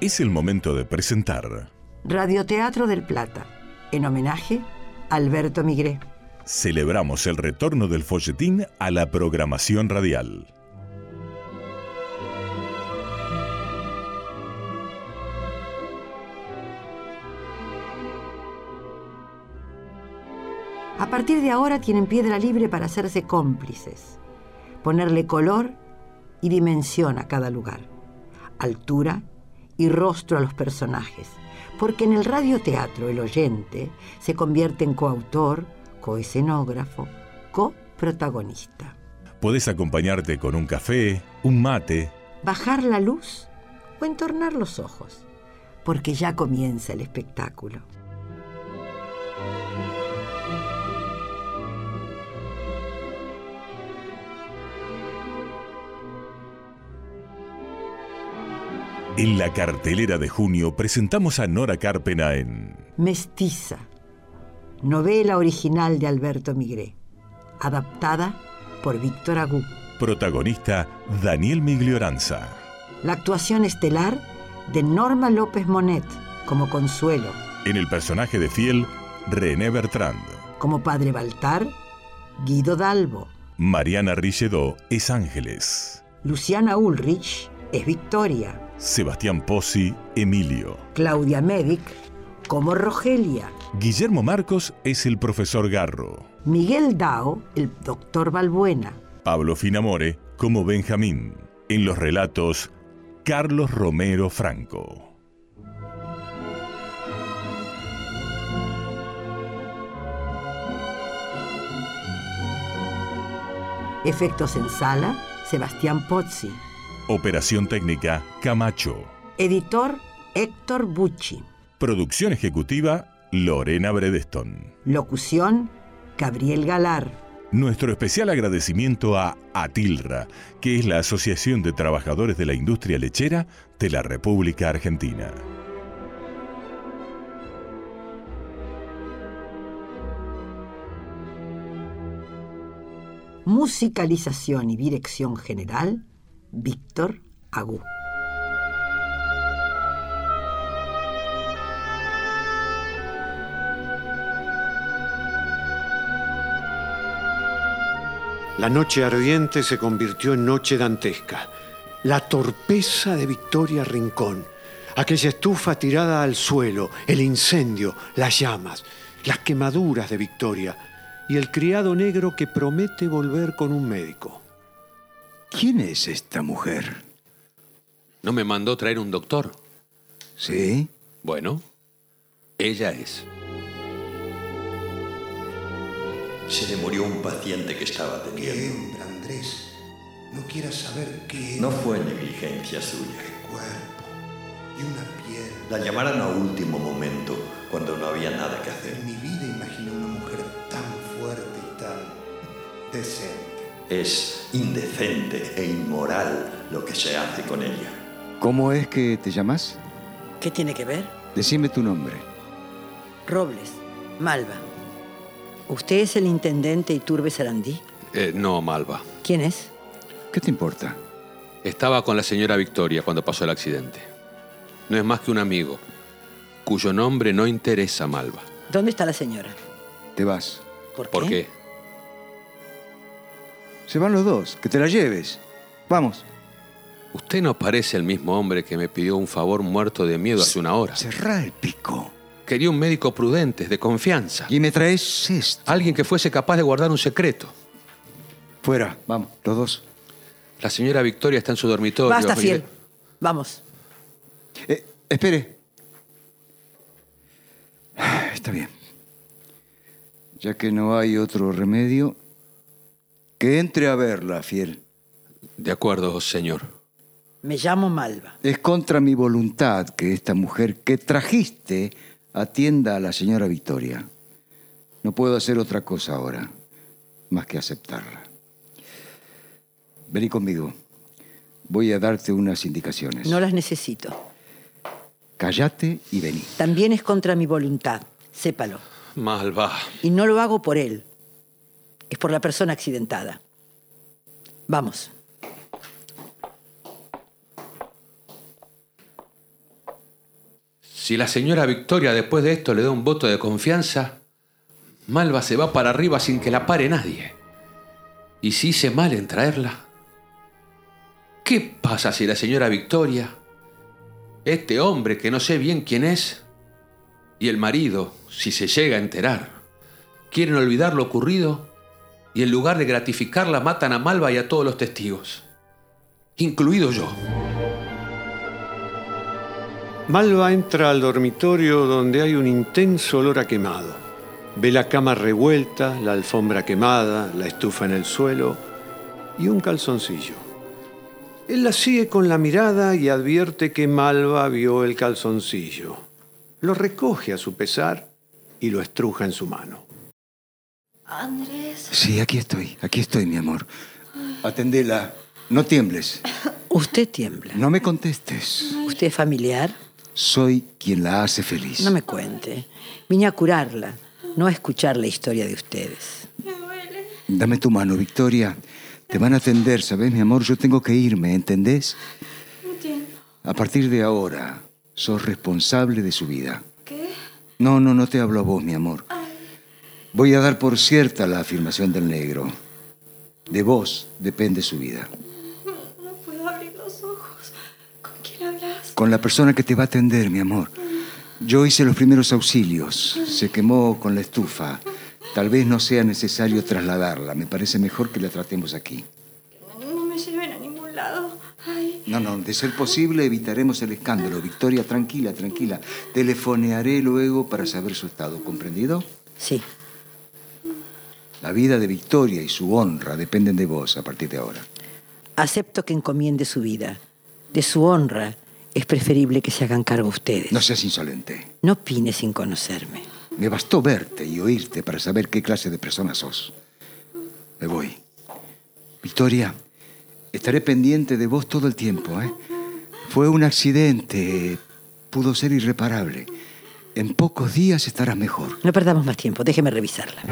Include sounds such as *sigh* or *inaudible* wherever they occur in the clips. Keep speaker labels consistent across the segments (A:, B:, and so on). A: Es el momento de presentar
B: Radioteatro del Plata, en homenaje a Alberto Migré.
A: Celebramos el retorno del folletín a la programación radial.
B: A partir de ahora tienen piedra libre para hacerse cómplices, ponerle color y dimensión a cada lugar, altura y rostro a los personajes, porque en el radioteatro el oyente se convierte en coautor, coescenógrafo, coprotagonista.
A: Puedes acompañarte con un café, un mate.
B: Bajar la luz o entornar los ojos, porque ya comienza el espectáculo.
A: En la cartelera de junio presentamos a Nora Carpena en
B: Mestiza, novela original de Alberto Migré, adaptada por Víctor Agú.
A: protagonista Daniel Miglioranza,
B: La actuación estelar de Norma López Monet como Consuelo,
A: en el personaje de Fiel René Bertrand.
B: como Padre Baltar, Guido Dalbo,
A: Mariana Richedo es Ángeles.
B: Luciana Ulrich es Victoria,
A: Sebastián Pozzi, Emilio.
B: Claudia Medic como Rogelia,
A: Guillermo Marcos es el profesor Garro.
B: Miguel Dao, el doctor Balbuena,
A: Pablo Finamore como Benjamín. En los relatos, Carlos Romero Franco.
B: efectos en sala, Sebastián Pozzi,
A: Operación técnica, Camacho.
B: editor Héctor Bucci.
A: Producción ejecutiva, Lorena Bredeston.
B: Locución, Gabriel Galar.
A: Nuestro especial agradecimiento a ATILRA, que es la Asociación de Trabajadores de la Industria Lechera de la República Argentina.
B: Musicalización y dirección general, Víctor Agú.
C: La noche ardiente se convirtió en noche dantesca. La torpeza de Victoria Rincón, aquella estufa tirada al suelo, el incendio, las llamas, las quemaduras de Victoria y el criado negro que promete volver con un médico.
D: ¿Quién es esta mujer?
E: ¿No me mandó traer un doctor?
D: ¿Sí?
E: Bueno, ella es.
F: Se le murió un paciente que estaba teniendo.
G: Siempre, Andrés. No quieras saber qué es
F: No fue negligencia suya.
G: un cuerpo y una piel.
F: La llamaron a último momento, cuando no había nada que hacer.
G: En mi vida imaginé una mujer tan fuerte y tan decente.
F: Es indecente e inmoral lo que se hace con ella.
D: ¿Cómo es que te llamas?
H: ¿Qué tiene que ver?
D: Decime tu nombre.
H: Robles, Malva. ¿Usted es el intendente Iturbe Sarandí?
E: Eh, no, Malva.
H: ¿Quién es?
D: ¿Qué te importa?
E: Estaba con la señora Victoria cuando pasó el accidente. No es más que un amigo, cuyo nombre no interesa, Malva.
H: ¿Dónde está la señora?
D: Te vas.
E: ¿Por qué?
D: Se van los dos, que te la lleves. Vamos.
E: Usted no parece el mismo hombre que me pidió un favor muerto de miedo hace una hora.
D: Cerrá el pico.
E: Quería un médico prudente, de confianza.
D: Y me traes esto.
E: Alguien que fuese capaz de guardar un secreto.
D: Fuera, vamos, los dos.
E: La señora Victoria está en su dormitorio.
H: Basta, fiel. Vamos.
D: Eh, espere. Ah, Está bien. Ya que no hay otro remedio, que entre a verla, fiel.
E: De acuerdo, señor.
H: Me llamo Malva.
D: Es contra mi voluntad que esta mujer que trajiste atienda a la señora Victoria. No puedo hacer otra cosa ahora, más que aceptarla. Vení conmigo. Voy a darte unas indicaciones.
H: No las necesito.
D: Callate y vení.
H: También es contra mi voluntad, sépalo.
E: Malva.
H: Y no lo hago por él. Es por la persona accidentada. Vamos.
E: Si la señora Victoria después de esto le da un voto de confianza, Malva se va para arriba sin que la pare nadie. Y si hice mal en traerla. ¿Qué pasa si la señora Victoria, este hombre que no sé bien quién es, y el marido, si se llega a enterar, quieren olvidar lo ocurrido y en lugar de gratificarla matan a Malva y a todos los testigos, incluido yo?
C: Malva entra al dormitorio donde hay un intenso olor a quemado. Ve la cama revuelta, la alfombra quemada, la estufa en el suelo y un calzoncillo. Él la sigue con la mirada y advierte que Malva vio el calzoncillo. Lo recoge a su pesar y lo estruja en su mano.
I: Andrés,
D: Sí, aquí estoy, aquí estoy, mi amor. Atendela, no tiembles,
B: Usted tiembla.
D: no me contestes.
B: Usted es familiar.
D: Soy quien la hace feliz.
B: No me cuente. Vine a curarla, no a escuchar la historia de ustedes.
I: me duele.
D: Dame tu mano, Victoria. Te van a atender, ¿sabes, mi amor? Yo tengo que irme, ¿entendés?
I: Entiendo.
D: A partir de ahora, sos responsable de su vida.
I: ¿Qué?
D: No, no, no te hablo a vos, mi amor. Voy a dar por cierta la afirmación del negro. De vos depende su vida.
I: No puedo abrir los ojos. ¿Con quién hablas?
D: Con la persona que te va a atender, mi amor. Yo hice los primeros auxilios. Se quemó con la estufa. Tal vez no sea necesario trasladarla. Me parece mejor que la tratemos aquí.
I: No me lleven a ningún lado. Ay,
D: No, no, de ser posible evitaremos el escándalo. Victoria, tranquila, tranquila. Telefonearé luego para saber su estado, ¿comprendido?
B: Sí,
D: La vida de Victoria y su honra dependen de vos a partir de ahora.
B: acepto que encomiende su vida. De su honra es preferible que se hagan cargo ustedes.
D: No seas insolente.
B: No opine sin conocerme.
D: Me bastó verte y oírte para saber qué clase de persona sos. Me voy. Victoria, estaré pendiente de vos todo el tiempo, ¿eh? Fue un accidente. Pudo ser irreparable. En pocos días estarás mejor.
B: No perdamos más tiempo, déjeme revisarla.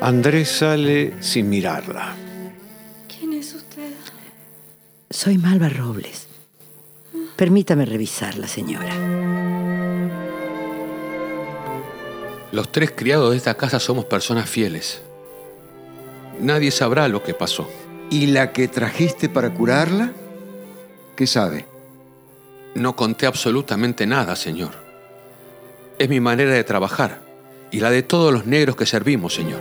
C: Andrés sale sin mirarla.
I: ¿quién es usted?
B: Soy Malva Robles. Permítame revisarla, señora.
E: Los tres criados de esta casa somos personas fieles. Nadie sabrá lo que pasó.
D: ¿Y la que trajiste para curarla? ¿Qué sabe?
E: No conté absolutamente nada, señor. Es mi manera de trabajar y la de todos los negros que servimos, señor.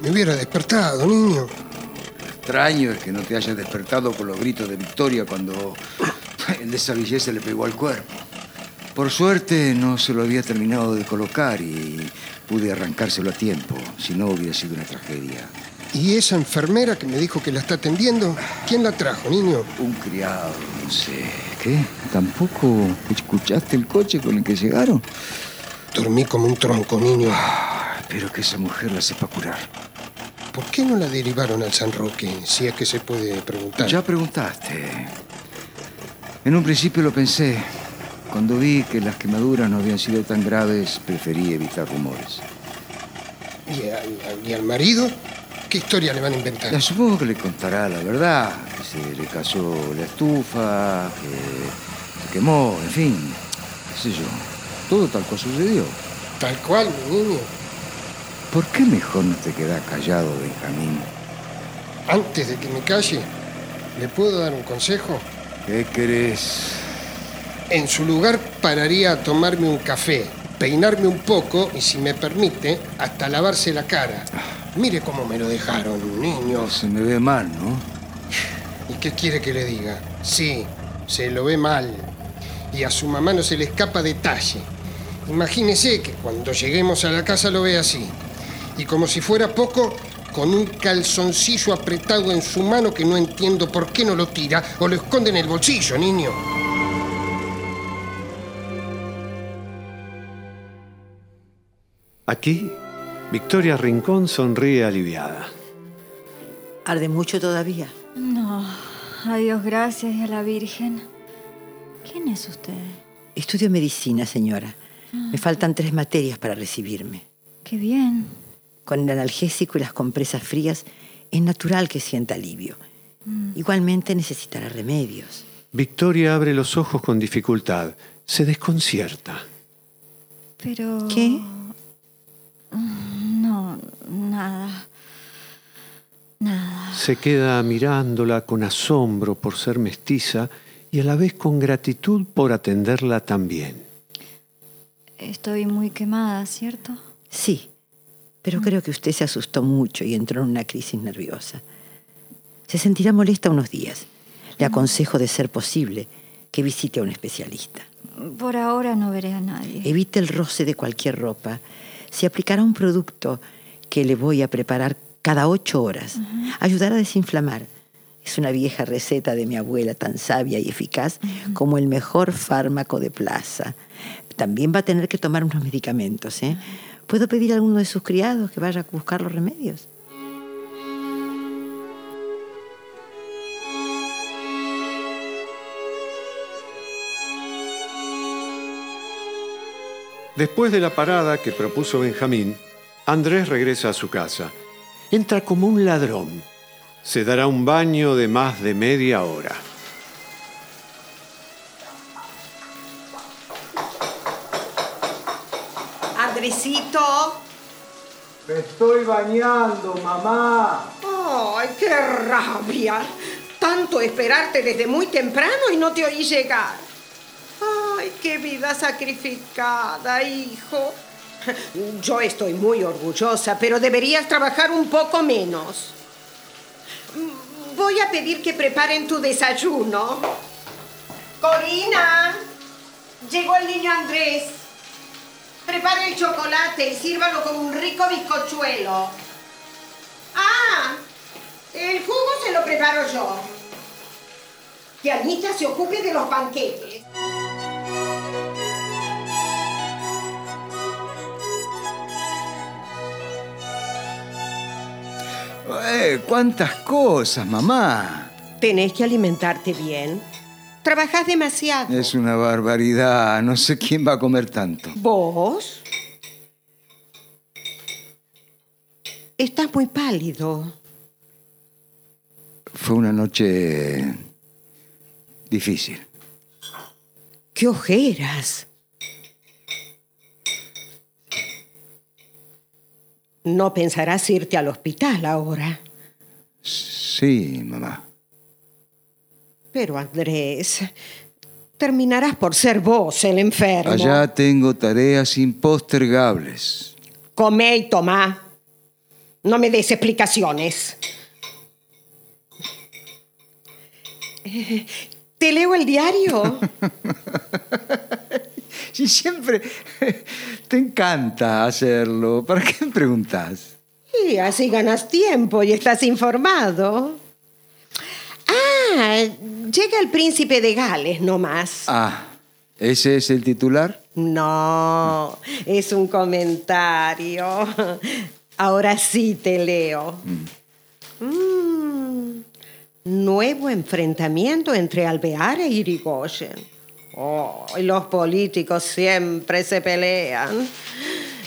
J: Me hubiera despertado, niño.
D: Extraño es que no te hayas despertado con los gritos de Victoria cuando *laughs* el de esa belleza le pegó al cuerpo. Por suerte no se lo había terminado de colocar y pude arrancárselo a tiempo, si no hubiera sido una tragedia.
J: ¿Y esa enfermera que me dijo que la está atendiendo? ¿Quién la trajo, niño?
D: Un criado, no sé. ¿Qué? ¿Tampoco escuchaste el coche con el que llegaron?
J: Dormí como un tronco, niño.
D: Ah, Espero que esa mujer la sepa curar.
J: ¿Por qué no la derivaron al San Roque? Si es que se puede preguntar.
D: Ya preguntaste. En un principio lo pensé. Cuando vi que las quemaduras no habían sido tan graves, preferí evitar rumores.
J: ¿Y, al, y al marido? ¿Qué historia le van a inventar?
D: Ya supongo que le contará la verdad, que se le cayó la estufa, que se quemó, en fin, qué sé yo. Todo tal cual sucedió.
J: Tal cual, mi niño.
D: ¿Por qué mejor no te quedás callado, Benjamín?
J: Antes de que me calle, ¿le puedo dar un consejo?
D: ¿Qué querés?
J: En su lugar pararía a tomarme un café, peinarme un poco y, si me permite, hasta lavarse la cara.
D: Ah.
J: Mire cómo me lo dejaron, niños.
D: Se me ve mal, ¿no?
J: ¿Y qué quiere que le diga? Sí, se lo ve mal. Y a su mamá no se le escapa detalle. Imagínese que cuando lleguemos a la casa lo ve así. Y como si fuera poco, con un calzoncillo apretado en su mano que no entiendo por qué no lo tira o lo esconde en el bolsillo, niño.
C: Aquí, Victoria Rincón sonríe aliviada.
B: Arde mucho todavía.
I: No. A Dios gracias y a la Virgen. ¿Quién es usted?
B: Estudio medicina, señora. Me faltan tres materias para recibirme.
I: Qué bien.
B: Con el analgésico y las compresas frías es natural que sienta alivio. Mm. Igualmente necesitará remedios.
C: Victoria abre los ojos con dificultad. Se desconcierta.
I: Pero... Mm,
B: ¿Qué?
I: No, nada. Nada.
C: Se queda mirándola con asombro por ser mestiza y a la vez con gratitud por atenderla también.
I: Estoy muy quemada, ¿cierto?
B: Sí, pero creo que usted se asustó mucho y entró en una crisis nerviosa. Se sentirá molesta unos días. Le aconsejo, de ser posible, que visite a un especialista.
I: Por ahora no veré a nadie.
B: Evite el roce de cualquier ropa. Se aplicará un producto que le voy a preparar cada ocho horas. Uh -huh. Ayudará a desinflamar. Es una vieja receta de mi abuela tan sabia y eficaz uh -huh. como el mejor fármaco de plaza. También va a tener que tomar unos medicamentos. ¿eh? ¿Puedo pedir a alguno de sus criados que vaya a buscar los remedios?
C: Después de la parada que propuso Benjamín, Andrés regresa a su casa. Entra como un ladrón. Se dará un baño de más de media hora.
J: Andresito.
K: Me estoy bañando, mamá.
J: ¡Ay, qué rabia! Tanto esperarte desde muy temprano y no te oí llegar. ¡Ay, qué vida sacrificada, hijo! Yo estoy muy orgullosa, pero deberías trabajar un poco menos. Voy a pedir que preparen tu desayuno. Corina, llegó el niño Andrés. Prepare el chocolate y sírvalo con un rico bizcochuelo. Ah, el jugo se lo preparo yo. Que Anita se ocupe de los banquetes.
D: Eh, ¡Cuántas cosas, mamá!
J: Tenés que alimentarte bien. Trabajas demasiado.
D: Es una barbaridad. No sé quién va a comer tanto.
J: ¿Vos? Estás muy pálido.
D: Fue una noche difícil.
J: ¡Qué ojeras! No pensarás irte al hospital ahora.
D: Sí, mamá.
J: Pero Andrés, terminarás por ser vos el enfermo.
D: Allá tengo tareas impostergables.
J: Come y toma. No me des explicaciones. Eh, ¿Te leo el diario?
D: si siempre *laughs* te encanta hacerlo, ¿para qué me preguntas?
J: Y así ganas tiempo y estás informado. Ah, llega el príncipe de Gales, no más.
D: Ah, ¿ese es el titular?
J: No, es un comentario. Ahora sí te leo. Mm. Mm. Nuevo enfrentamiento entre Alvear e Irigoyen. Oh, los políticos siempre se pelean.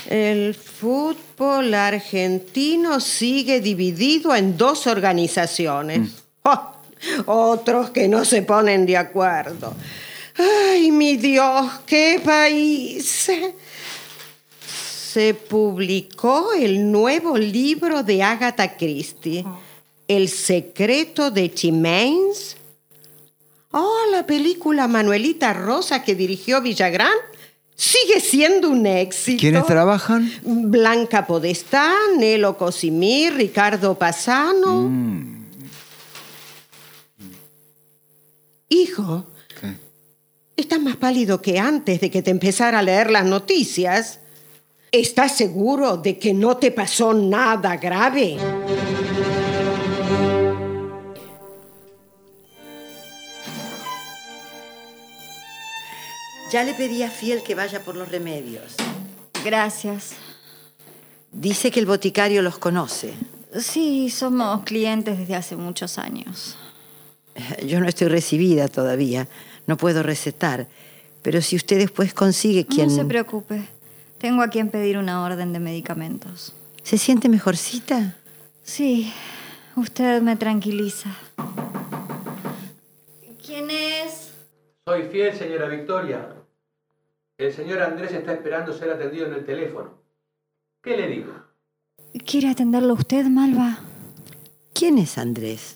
J: El fútbol argentino sigue dividido en dos organizaciones. Mm. Oh otros que no se ponen de acuerdo. ¡Ay, mi Dios, qué país! ¿eh? Se publicó el nuevo libro de Agatha Christie, El secreto de Chiménez. Oh, la película Manuelita Rosa que dirigió Villagrán sigue siendo un éxito.
D: ¿Quiénes trabajan?
J: Blanca Podestá, Nelo Cosimir, Ricardo Pasano. Mm. Hijo, ¿Qué? estás más pálido que antes de que te empezara a leer las noticias. ¿Estás seguro de que no te pasó nada grave?
B: Ya le pedí a Fiel que vaya por los remedios.
I: Gracias.
B: Dice que el boticario los conoce.
I: Sí, somos clientes desde hace muchos años.
B: *laughs* Yo no estoy recibida todavía, no puedo recetar, pero si usted después consigue quien...
I: No se preocupe, tengo a quien pedir una orden de medicamentos.
B: ¿Se siente mejorcita?
I: Sí, usted me tranquiliza. ¿Quién es?
L: Soy fiel, señora Victoria. El señor Andrés está esperando ser atendido en el teléfono. ¿Qué le digo?
I: ¿Quiere atenderlo usted, Malva?
B: ¿Quién es Andrés?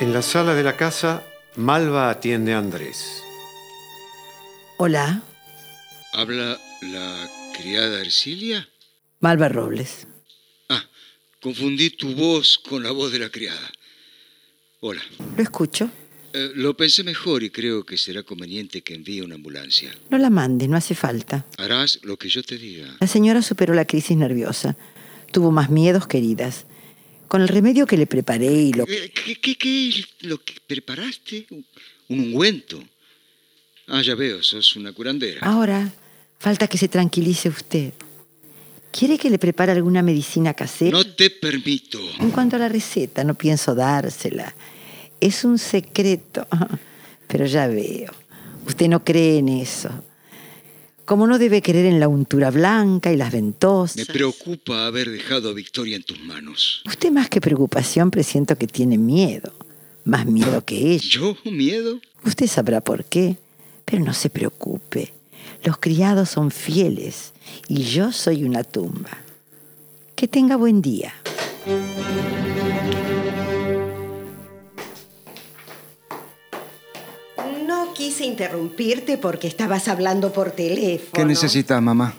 C: En la sala de la casa, Malva atiende a Andrés.
B: Hola,
M: ¿Habla la criada Ercilia?
B: Malva Robles.
M: Ah, confundí tu voz con la voz de la criada. Hola.
B: Lo escucho.
M: Eh, lo pensé mejor y creo que será conveniente que envíe una ambulancia.
B: No la mande, no hace falta.
M: Harás lo que yo te diga.
B: La señora superó la crisis nerviosa. Tuvo más miedos queridas. Con el remedio que le preparé y lo...
M: Eh, ¿Qué, qué, qué es lo que preparaste? Un ungüento. Ah, ya veo, sos una curandera.
D: Ah,
B: Ahora, falta que se tranquilice usted. ¿Quiere que le prepare alguna medicina casera?
M: No te permito.
B: En cuanto a la receta, no pienso dársela. Es un secreto. *laughs* Pero ya veo, usted no cree en eso. Como no debe creer en la untura blanca y las ventosas.
M: Me preocupa haber dejado a Victoria en tus manos.
B: Usted más que preocupación presiento que tiene miedo. Más miedo que ella.
M: ¿Yo miedo?
B: Usted sabrá por qué. Pero no se preocupe, los criados son fieles y yo soy una tumba. Que tenga buen día.
J: No quise interrumpirte porque estabas hablando por teléfono.
D: ¿Qué necesitas, mamá?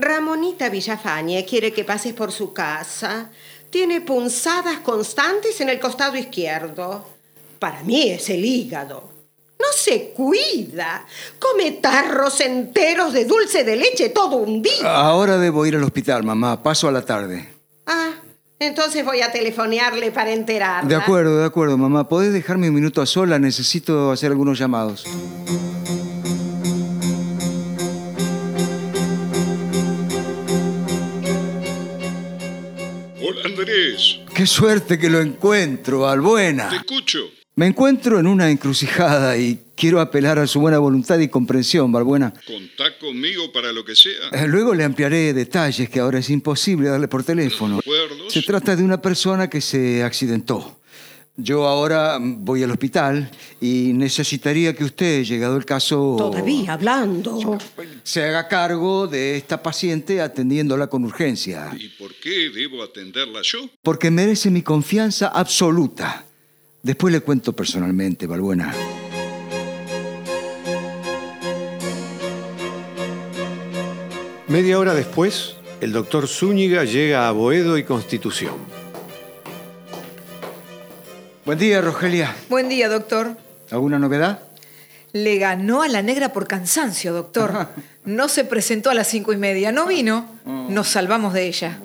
J: Ramonita Villafañe quiere que pases por su casa. Tiene punzadas constantes en el costado izquierdo. Para mí es el hígado. No se cuida. Come tarros enteros de dulce de leche todo un día.
D: Ahora debo ir al hospital, mamá. Paso a la tarde.
J: Ah, entonces voy a telefonearle para enterarme.
D: De acuerdo, de acuerdo, mamá. ¿Podés dejarme un minuto a sola? Necesito hacer algunos llamados.
M: Hola, Andrés.
D: Qué suerte que lo encuentro, Albuena.
M: Te escucho.
D: Me encuentro en una encrucijada y quiero apelar a su buena voluntad y comprensión, Barbuena. Eh,
M: Contá conmigo para lo que sea.
D: Luego le ampliaré detalles que ahora es imposible darle por teléfono.
M: ¿Recuerdos?
D: Se trata de una persona que se accidentó. Yo ahora voy al hospital y necesitaría que usted, llegado el caso...
J: Todavía hablando.
D: Se haga cargo de esta paciente atendiéndola con urgencia.
M: ¿Y por qué debo atenderla yo?
D: Porque merece mi confianza absoluta. Después le cuento personalmente, Balbuena.
C: Media hora después, el doctor Zúñiga llega a Boedo y Constitución.
D: Buen día, Rogelia.
N: Buen día, doctor.
D: ¿Alguna novedad?
N: Le ganó a la negra por cansancio, doctor. No se presentó a las cinco y media, no vino. Nos salvamos de ella.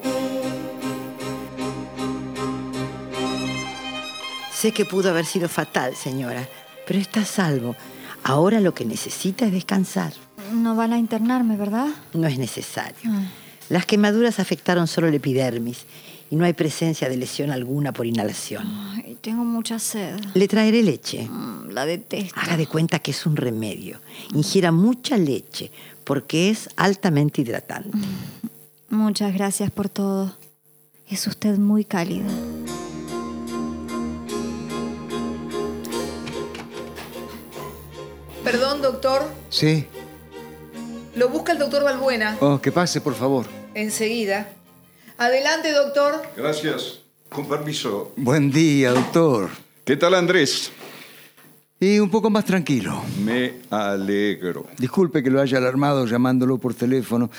B: Sé que pudo haber sido fatal, señora, pero está a salvo. Ahora lo que necesita es descansar.
I: No van a internarme, ¿verdad?
B: No es necesario. Ah. Las quemaduras afectaron solo el epidermis y no hay presencia de lesión alguna por inhalación.
I: Ay, tengo mucha sed.
B: Le traeré leche.
I: Mm, la detesto.
B: Haga de cuenta que es un remedio. Ingiera mucha leche porque es altamente hidratante.
I: Mm. Muchas gracias por todo. Es usted muy cálida.
N: Perdón, doctor.
D: Sí.
N: Lo busca el doctor Balbuena.
D: Oh, que pase, por favor.
N: Enseguida. Adelante, doctor.
F: Gracias. Con permiso.
D: Buen día, doctor.
F: ¿Qué tal, Andrés?
D: Y un poco más tranquilo.
F: Me alegro.
D: Disculpe que lo haya alarmado llamándolo por teléfono.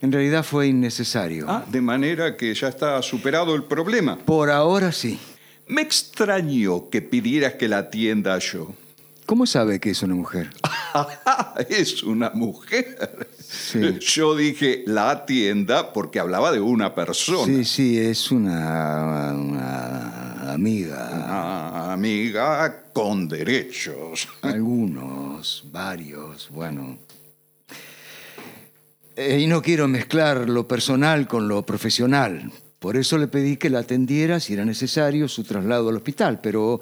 D: En realidad fue innecesario.
F: Ah, de manera que ya está superado el problema.
D: Por ahora sí.
F: Me extrañó que pidieras que la atienda yo.
D: ¿Cómo sabe que es una mujer?
F: *laughs* es una mujer. Sí. Yo dije la tienda porque hablaba de una persona.
D: Sí, sí, es una, una amiga.
F: Una Ah, amiga con derechos.
D: Algunos, varios, bueno. Eh, y no quiero mezclar lo personal con lo profesional, Por eso le pedí que la atendiera si era necesario su traslado al hospital, pero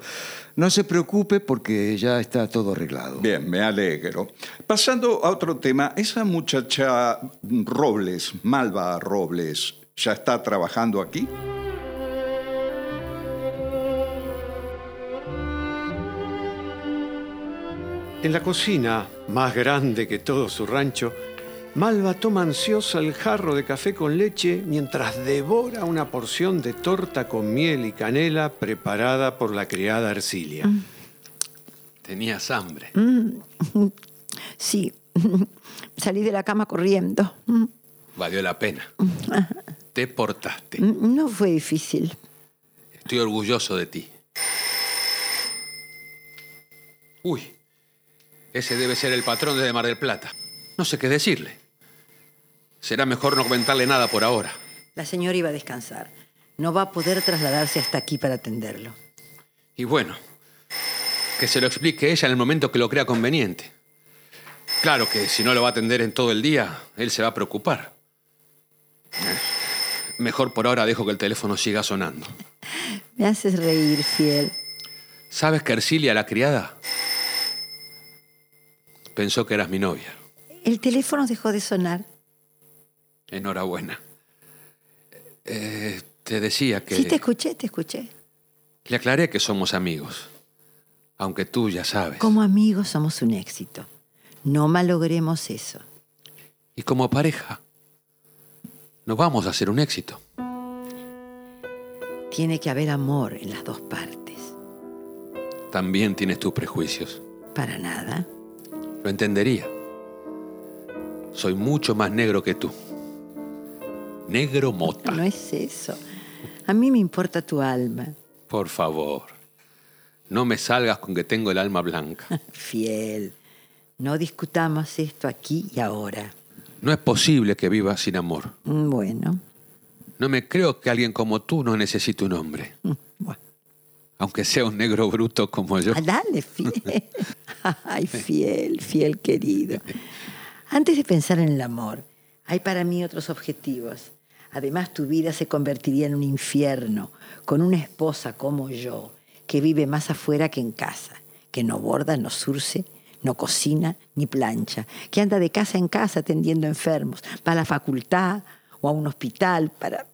D: no se preocupe porque ya está todo arreglado.
F: Bien, me alegro. Pasando a otro tema, esa muchacha Robles, Malva Robles, ¿ya está trabajando aquí?
C: En la cocina, más grande que todo su rancho, Malva toma ansiosa el jarro de café con leche mientras devora una porción de torta con miel y canela preparada por la criada Arcilia. Mm.
E: Tenías hambre.
B: Mm. Sí, *laughs* salí de la cama corriendo.
E: Valió la pena. Te portaste.
B: No fue difícil.
E: Estoy orgulloso de ti. Uy, ese debe ser el patrón de Mar del Plata. No sé qué decirle. Será mejor no comentarle nada por ahora.
B: La señora iba a descansar. No va a poder trasladarse hasta aquí para atenderlo.
E: Y bueno, que se lo explique ella en el momento que lo crea conveniente. Claro que si no lo va a atender en todo el día, él se va a preocupar. Eh, Mejor por ahora dejo que el teléfono siga sonando.
B: Me haces reír, fiel.
E: ¿Sabes que Ercilia, la criada, pensó que eras mi novia?
B: El teléfono dejó de sonar.
E: Enhorabuena. Eh, te decía que...
B: Sí, te escuché, te escuché.
E: Le aclaré que somos amigos, aunque tú ya sabes.
B: Como amigos somos un éxito. No malogremos eso.
E: Y como pareja, nos vamos a hacer un éxito.
B: Tiene que haber amor en las dos partes.
E: También tienes tus prejuicios.
B: Para nada.
E: Lo entendería soy mucho más negro que tú. Negro mota.
B: No es eso. A mí me importa tu alma. *laughs*
E: Por favor, no me salgas con que tengo el alma blanca.
B: Fiel, no discutamos esto aquí y ahora. Mm,
E: No es posible que vivas sin amor.
B: Bueno.
E: No me creo que alguien como tú no necesite un hombre. Bueno. Aunque sea un negro bruto como yo.
B: Ah, dale, fiel. *laughs* Ay, fiel, fiel querido. Antes de pensar en el amor, hay para mí otros objetivos. Además, tu vida se convertiría en un infierno con una esposa como yo, que vive más afuera que en casa, que no borda, no surce, no cocina ni plancha, que anda de casa en casa atendiendo enfermos, va a la facultad o a un hospital para...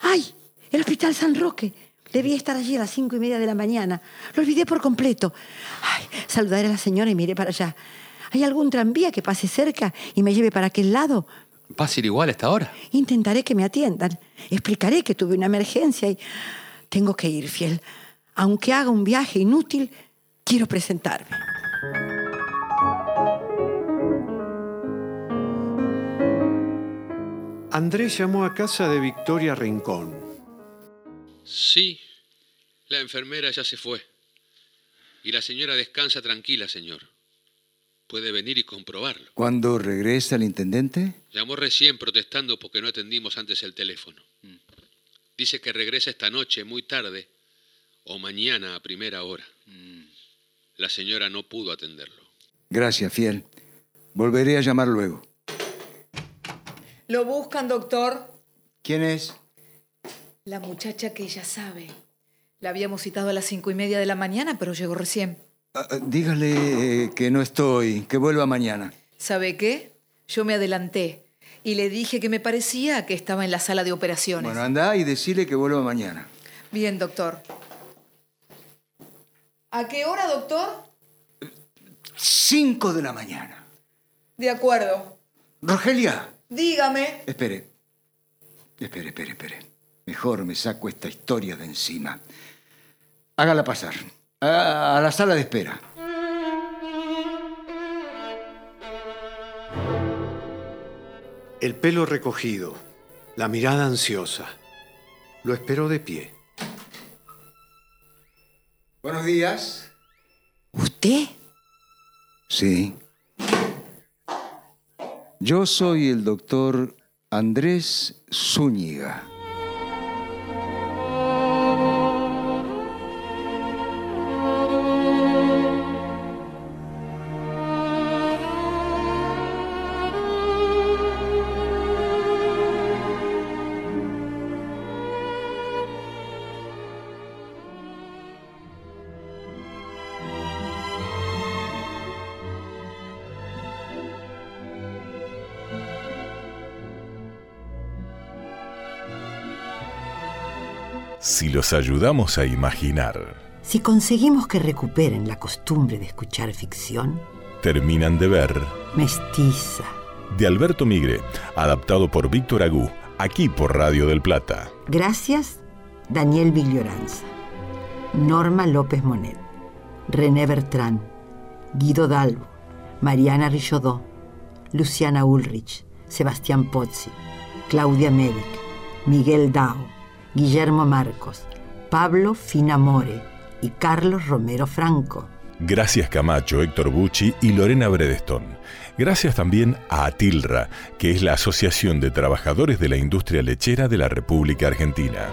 B: ¡Ay! El hospital San Roque. Debía estar allí a las cinco y media de la mañana. Lo olvidé por completo. Ay, saludaré a la señora y miré para allá. ¿Hay algún tranvía que pase cerca y me lleve para aquel lado?
E: ¿Vas a ir igual a esta hora?
B: Intentaré que me atiendan. Explicaré que tuve una emergencia y tengo que ir, fiel. Aunque haga un viaje inútil, quiero presentarme.
C: Andrés llamó a casa de Victoria Rincón.
E: Sí, la enfermera ya se fue. Y la señora descansa tranquila, señor. Puede venir y comprobarlo.
D: ¿Cuándo regresa el intendente?
E: Llamó recién protestando porque no atendimos antes el teléfono. Dice que regresa esta noche, muy tarde, o mañana a primera hora. La señora no pudo atenderlo.
D: Gracias, fiel. Volveré a llamar luego.
N: ¿Lo buscan, doctor?
D: ¿Quién es?
N: La muchacha que ella sabe. La habíamos citado a las cinco y media de la mañana, pero llegó recién.
D: Uh, dígale eh, que no estoy, que vuelva mañana.
N: ¿Sabe qué? Yo me adelanté y le dije que me parecía que estaba en la sala de operaciones.
D: Bueno, anda y decile que vuelva mañana.
N: Bien, doctor. ¿A qué hora, doctor?
D: Cinco de la mañana.
N: De acuerdo.
D: Rogelia.
N: Dígame.
D: Espere. Espere, espere, espere. Mejor me saco esta historia de encima. Hágala pasar a, la sala de espera.
C: El pelo recogido, la mirada ansiosa. Lo esperó de pie.
D: Buenos días.
B: ¿Usted?
D: Sí. Yo soy el doctor Andrés Zúñiga.
A: si los ayudamos a imaginar.
B: Si conseguimos que recuperen la costumbre de escuchar ficción,
A: terminan de ver
B: Mestiza,
A: de Alberto Migre, adaptado por Víctor Agú, aquí por Radio del Plata.
B: Gracias, Daniel Viglioranza, Norma López Monet, René Bertrán, Guido Dalvo, Mariana Richodó, Luciana Ulrich, Sebastián Pozzi, Claudia Medic, Miguel Dao, Guillermo Marcos, Pablo Finamore y Carlos Romero Franco.
A: Gracias Camacho, Héctor Bucci y Lorena Bredeston. Gracias también a Atilra, que es la Asociación de Trabajadores de la Industria Lechera de la República Argentina.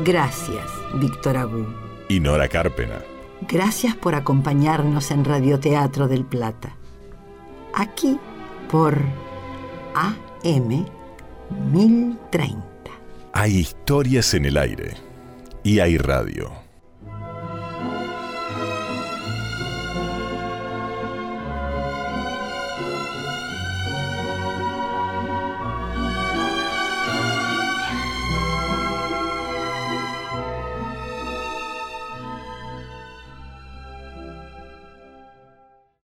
B: Gracias, Víctor Agú.
A: Y Nora Carpena.
B: Gracias por acompañarnos en Radioteatro del Plata. Aquí por AM 1030.
A: Hay historias en el aire y hay radio.